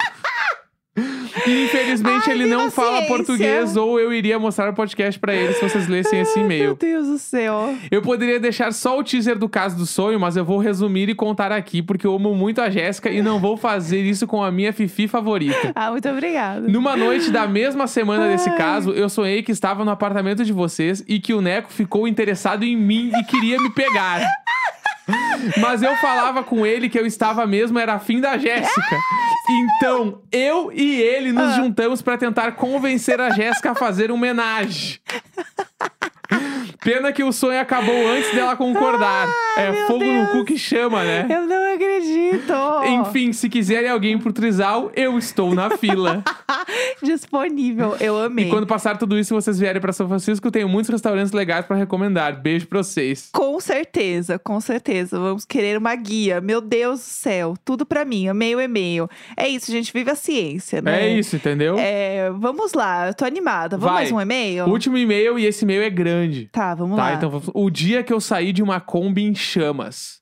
Speaker 1: E infelizmente
Speaker 2: Ai,
Speaker 1: ele
Speaker 2: viva
Speaker 1: não
Speaker 2: a
Speaker 1: fala
Speaker 2: ciência.
Speaker 1: português, ou eu iria mostrar o podcast pra ele se vocês lessem esse
Speaker 2: Meu
Speaker 1: e-mail.
Speaker 2: Deus do céu.
Speaker 1: Eu poderia deixar só o teaser do caso do sonho, mas eu vou resumir e contar aqui, porque eu amo muito a Jéssica e não vou fazer isso com a minha Fifi favorita.
Speaker 2: Ah, muito obrigada.
Speaker 1: Numa noite da mesma semana desse
Speaker 2: Ai.
Speaker 1: caso, eu sonhei que estava no apartamento de vocês e que o Neco ficou interessado em mim e queria me pegar. Mas eu falava com ele que eu estava mesmo, era afim da Jéssica. Então, eu e ele nos
Speaker 2: Ah.
Speaker 1: juntamos para tentar convencer a Jéssica a fazer um homenagem. Pena que o sonho acabou antes dela concordar. é
Speaker 2: meu
Speaker 1: fogo
Speaker 2: Deus.
Speaker 1: no cu que chama, né?
Speaker 2: Eu não acredito.
Speaker 1: Enfim, se quiserem alguém pro Trisal, eu estou na fila.
Speaker 2: Disponível. Eu amei.
Speaker 1: E quando passar tudo isso e vocês vierem pra São Francisco, tenho muitos restaurantes legais pra recomendar. Beijo pra vocês.
Speaker 2: Com certeza, com certeza. Vamos querer uma guia. Meu Deus do céu. Tudo pra mim. Amei o e-mail. É isso, gente. Vive a ciência, né?
Speaker 1: É isso, entendeu?
Speaker 2: É, vamos lá. Eu tô animada. Vamos
Speaker 1: Vai.
Speaker 2: mais um e-mail?
Speaker 1: Último e-mail e esse e-mail é grande.
Speaker 2: Tá, vamos
Speaker 1: tá,
Speaker 2: lá.
Speaker 1: então vamos- o dia que eu saí de uma Kombi em chamas.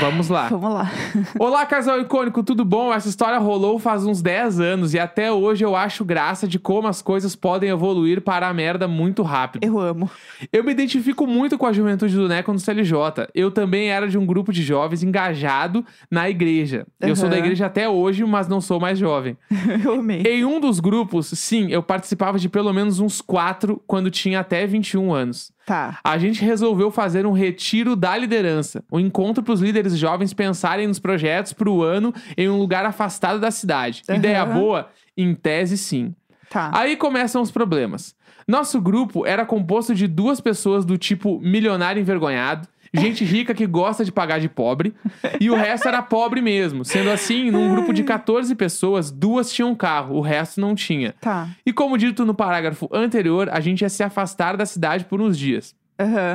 Speaker 1: Vamos
Speaker 2: <laughs>
Speaker 1: lá.
Speaker 2: Vamos lá.
Speaker 1: Olá, casal icônico, tudo bom? Essa história rolou faz uns 10 anos e até hoje eu acho graça de como as coisas podem evoluir para a merda muito rápido.
Speaker 2: Eu amo. <laughs>
Speaker 1: Eu me identifico muito com a juventude do Neco no CLJ. Eu também era de um grupo de jovens engajado na igreja. Eu sou da
Speaker 2: Aham.
Speaker 1: igreja até hoje, mas não sou mais jovem.
Speaker 2: Eu amei.
Speaker 1: Em um dos grupos, sim, eu participava de pelo menos uns quatro quando tinha até 21 anos.
Speaker 2: Tá.
Speaker 1: A gente resolveu fazer um retiro da liderança, um encontro para os líderes jovens pensarem nos projetos para o ano em um lugar afastado da cidade.
Speaker 2: Aham.
Speaker 1: Ideia boa? Em tese, sim.
Speaker 2: Tá.
Speaker 1: Aí começam os problemas. Nosso grupo era composto de duas pessoas do tipo milionário envergonhado, gente rica que gosta de pagar de pobre, e o resto era pobre mesmo. Sendo assim, num grupo de 14 pessoas, duas tinham carro, o resto não tinha.
Speaker 2: Tá.
Speaker 1: E como dito no parágrafo anterior, a gente ia se afastar da cidade por uns dias.
Speaker 2: Aham.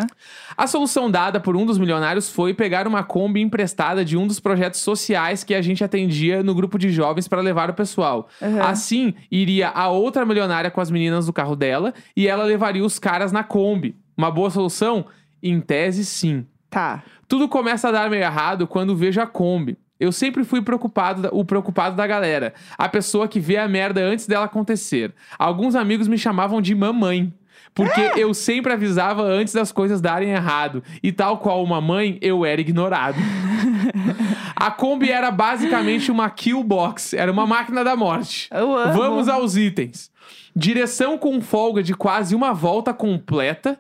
Speaker 1: A solução dada por um dos milionários foi pegar uma Kombi emprestada de um dos projetos sociais que a gente atendia no grupo de jovens para levar o pessoal.
Speaker 2: Aham.
Speaker 1: Assim, iria a outra milionária com as meninas do carro dela e ela levaria os caras na Kombi. Uma boa solução? Em tese, sim.
Speaker 2: Tá.
Speaker 1: Tudo começa a dar meio errado quando vejo a Kombi. Eu sempre fui preocupado, da- o preocupado da galera, a pessoa que vê a merda antes dela acontecer. Alguns amigos me chamavam de mamãe, porque eu sempre avisava antes das coisas darem errado, e tal qual uma mãe, eu era ignorado. a Kombi era basicamente uma kill box, era uma máquina da morte.
Speaker 2: Eu amo.
Speaker 1: Vamos aos itens. Direção com folga de quase uma volta completa.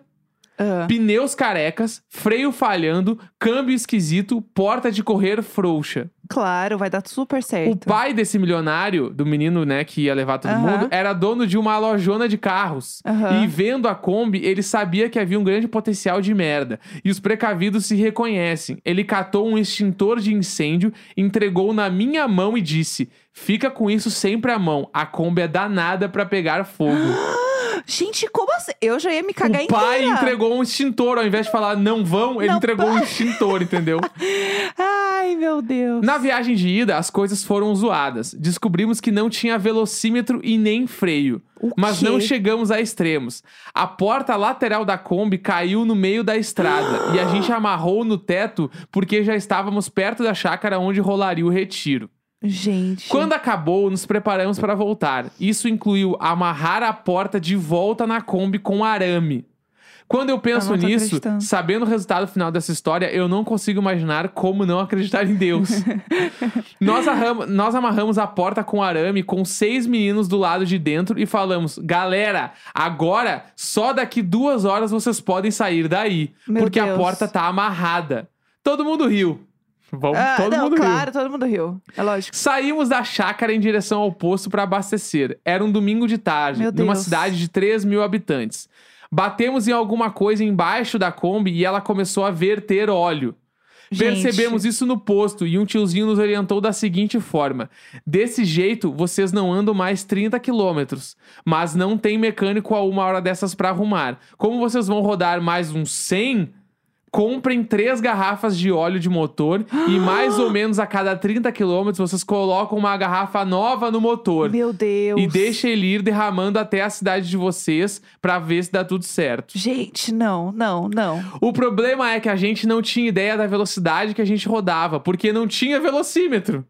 Speaker 2: Ah.
Speaker 1: Pneus carecas, freio falhando, câmbio esquisito, porta de correr frouxa.
Speaker 2: Claro, vai dar super
Speaker 1: O
Speaker 2: certo.
Speaker 1: pai desse milionário, do menino, né, que ia levar todo
Speaker 2: Aham.
Speaker 1: mundo, era dono de uma lojona de carros.
Speaker 2: Aham.
Speaker 1: E vendo a Kombi, ele sabia que havia um grande potencial de merda. E os precavidos se reconhecem. Ele catou um extintor de incêndio, entregou na minha mão e disse: Fica com isso sempre à mão. A Kombi é danada pra pegar fogo.
Speaker 2: <gasps> Gente, como assim? Eu já ia me cagar
Speaker 1: o pai
Speaker 2: inteira.
Speaker 1: entregou um extintor, ao invés de falar não vão, ele
Speaker 2: Não,
Speaker 1: entregou um
Speaker 2: <laughs>
Speaker 1: extintor, entendeu?
Speaker 2: Ai, meu Deus.
Speaker 1: Na viagem de ida, as coisas foram zoadas. Descobrimos que não tinha velocímetro e nem freio.
Speaker 2: O
Speaker 1: Mas não
Speaker 2: quê?
Speaker 1: chegamos a extremos. A porta lateral da Kombi caiu no meio da estrada e a gente amarrou no teto porque já estávamos perto da chácara onde rolaria o retiro.
Speaker 2: Gente.
Speaker 1: Quando acabou, nos preparamos para voltar. Isso incluiu amarrar a porta de volta na Kombi com arame. Quando eu penso
Speaker 2: Eu não tô
Speaker 1: nisso,
Speaker 2: acreditando.
Speaker 1: sabendo o resultado final dessa história, eu não consigo imaginar como não acreditar
Speaker 2: <laughs>
Speaker 1: em Deus. nós, arram- nós amarramos a porta com arame com seis meninos do lado de dentro e falamos: galera, agora só daqui duas horas vocês podem sair daí,
Speaker 2: Meu
Speaker 1: porque a
Speaker 2: Deus.
Speaker 1: porta tá amarrada. Todo mundo riu. Vamos,
Speaker 2: Ah,
Speaker 1: todo
Speaker 2: não,
Speaker 1: mundo riu.
Speaker 2: claro, todo mundo riu. É lógico.
Speaker 1: Saímos da chácara em direção ao posto para abastecer. Era um domingo de tarde,
Speaker 2: Meu
Speaker 1: numa
Speaker 2: Deus.
Speaker 1: cidade de 3 mil habitantes. Batemos em alguma coisa embaixo da Kombi e ela começou a verter óleo.
Speaker 2: Gente.
Speaker 1: Percebemos isso no posto e um tiozinho nos orientou da seguinte forma: Desse jeito, vocês não andam mais 30 quilômetros, mas não tem mecânico a uma hora dessas para arrumar. Como vocês vão rodar mais uns 100, Comprem três garrafas de óleo de motor e
Speaker 2: <gasps>
Speaker 1: mais ou menos a cada 30 quilômetros vocês colocam uma garrafa nova no motor.
Speaker 2: Meu Deus.
Speaker 1: E deixa ele ir derramando até a cidade de vocês pra ver se dá tudo certo.
Speaker 2: Gente, não, não, não.
Speaker 1: O problema é que a gente não tinha ideia da velocidade que a gente rodava, porque não tinha velocímetro.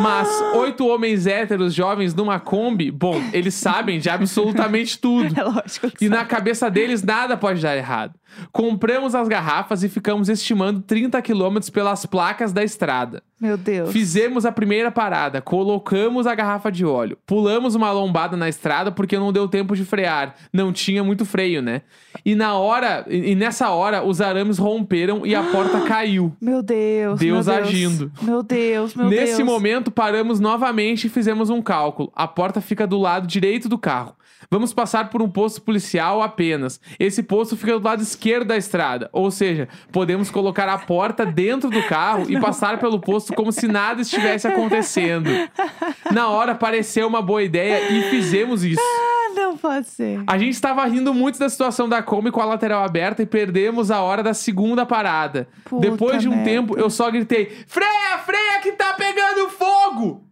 Speaker 1: Mas oito homens héteros jovens numa Kombi, bom, eles sabem de absolutamente tudo.
Speaker 2: É lógico que sabe.
Speaker 1: E na cabeça deles nada pode dar errado. Compramos as garrafas e ficamos estimando 30 quilômetros pelas placas da estrada.
Speaker 2: Meu Deus.
Speaker 1: Fizemos a primeira parada, colocamos a garrafa de óleo, pulamos uma lombada na estrada porque não deu tempo de frear. Não tinha muito freio, né? E na hora, e e nessa hora, os arames romperam e a porta caiu.
Speaker 2: Meu Deus.
Speaker 1: Deus
Speaker 2: meu
Speaker 1: agindo.
Speaker 2: Meu Deus, meu Deus.
Speaker 1: Nesse momento, paramos novamente e fizemos um cálculo. A porta fica do lado direito do carro. Vamos passar por um posto policial apenas. Esse posto fica do lado esquerdo da estrada. Ou seja, podemos colocar a porta dentro do carro
Speaker 2: <laughs>
Speaker 1: e passar pelo posto como se nada estivesse acontecendo. Na hora, pareceu uma boa ideia e fizemos isso.
Speaker 2: Ah, não pode ser.
Speaker 1: A gente estava rindo muito da situação da Kombi com a lateral aberta e perdemos a hora da segunda parada.
Speaker 2: Puta
Speaker 1: Depois de um
Speaker 2: merda.
Speaker 1: tempo, eu só gritei: freia, freia que tá pegando fogo!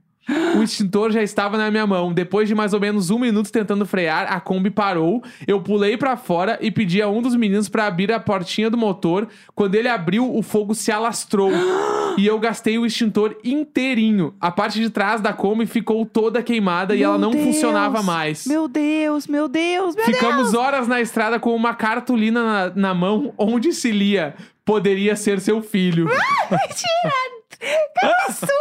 Speaker 1: O extintor já estava na minha mão. Depois de mais ou menos um minuto tentando frear, a Kombi parou. Eu pulei pra fora e pedi a um dos meninos pra abrir a portinha do motor. Quando ele abriu, o fogo se alastrou. e eu gastei o extintor inteirinho. A parte de trás da Kombi ficou toda queimada e
Speaker 2: Meu
Speaker 1: ela não
Speaker 2: Deus.
Speaker 1: funcionava mais.
Speaker 2: Meu Deus, meu Deus, meu
Speaker 1: Ficamos horas na estrada com uma cartolina na, na mão onde se lia. Poderia ser seu filho.
Speaker 2: Deus. Mentira! Que absurdo,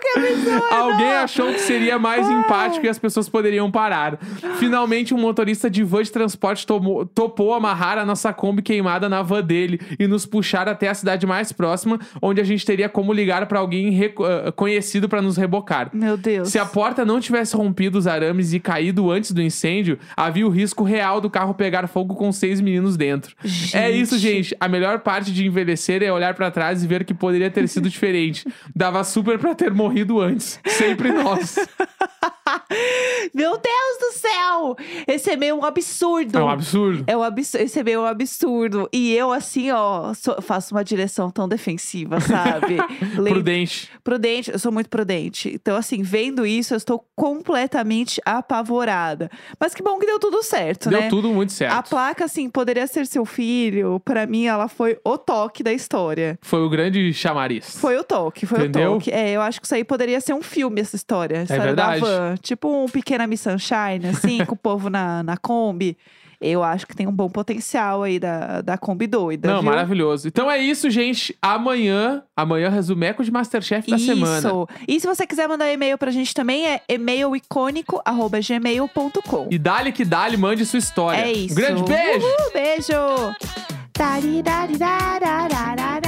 Speaker 2: que absurdo.
Speaker 1: Alguém achou que seria
Speaker 2: Ah.
Speaker 1: mais empático e as pessoas poderiam parar. Finalmente, um motorista de van de transporte tomou- topou amarrar a nossa Kombi queimada na van dele e nos puxar até a cidade mais próxima, onde a gente teria como ligar pra alguém reco- ah, conhecido pra nos rebocar.
Speaker 2: Meu Deus.
Speaker 1: Se a porta não tivesse rompido os arames e caído antes do incêndio, havia o risco real do carro pegar fogo com seis meninos dentro. É isso, gente. A melhor parte de envelhecer é olhar pra trás e ver que poderia ter sido diferente. Dava super pra ter morrido antes. Sempre
Speaker 2: <laughs>
Speaker 1: nós.
Speaker 2: Meu Deus do céu! Esse é meio um absurdo.
Speaker 1: É um absurdo.
Speaker 2: É um absurdo, esse é meio um absurdo. E eu, assim, ó, sou- faço uma direção tão defensiva, sabe? Lem-
Speaker 1: <laughs> Prudente.
Speaker 2: Prudente, eu sou muito prudente. Então, assim, vendo isso, eu estou completamente apavorada. Mas que bom que deu tudo certo,
Speaker 1: Deu
Speaker 2: né?
Speaker 1: tudo muito
Speaker 2: A
Speaker 1: certo.
Speaker 2: placa, assim, poderia ser seu filho. Pra mim, ela foi o toque da história.
Speaker 1: Foi o grande chamariz.
Speaker 2: Foi o toque, foi
Speaker 1: Entendeu? É
Speaker 2: o toque. É, eu acho que isso aí poderia ser um filme, essa história. a história
Speaker 1: verdade.
Speaker 2: da van. Tipo um Pequena Miss Sunshine, assim, com o povo na, na Kombi. Eu acho que tem um bom potencial aí da, da Kombi doida.
Speaker 1: Não,
Speaker 2: viu?
Speaker 1: maravilhoso. Então é isso, gente. Amanhã, amanhã resumeco de Masterchef da
Speaker 2: Isso.
Speaker 1: semana.
Speaker 2: E se você quiser mandar um e-mail pra gente também, é e-mailicônico.gmail.com.
Speaker 1: E dale que dale, mande sua história.
Speaker 2: É isso.
Speaker 1: Um grande beijo!
Speaker 2: Uhul, beijo! Dari, dari, darararara.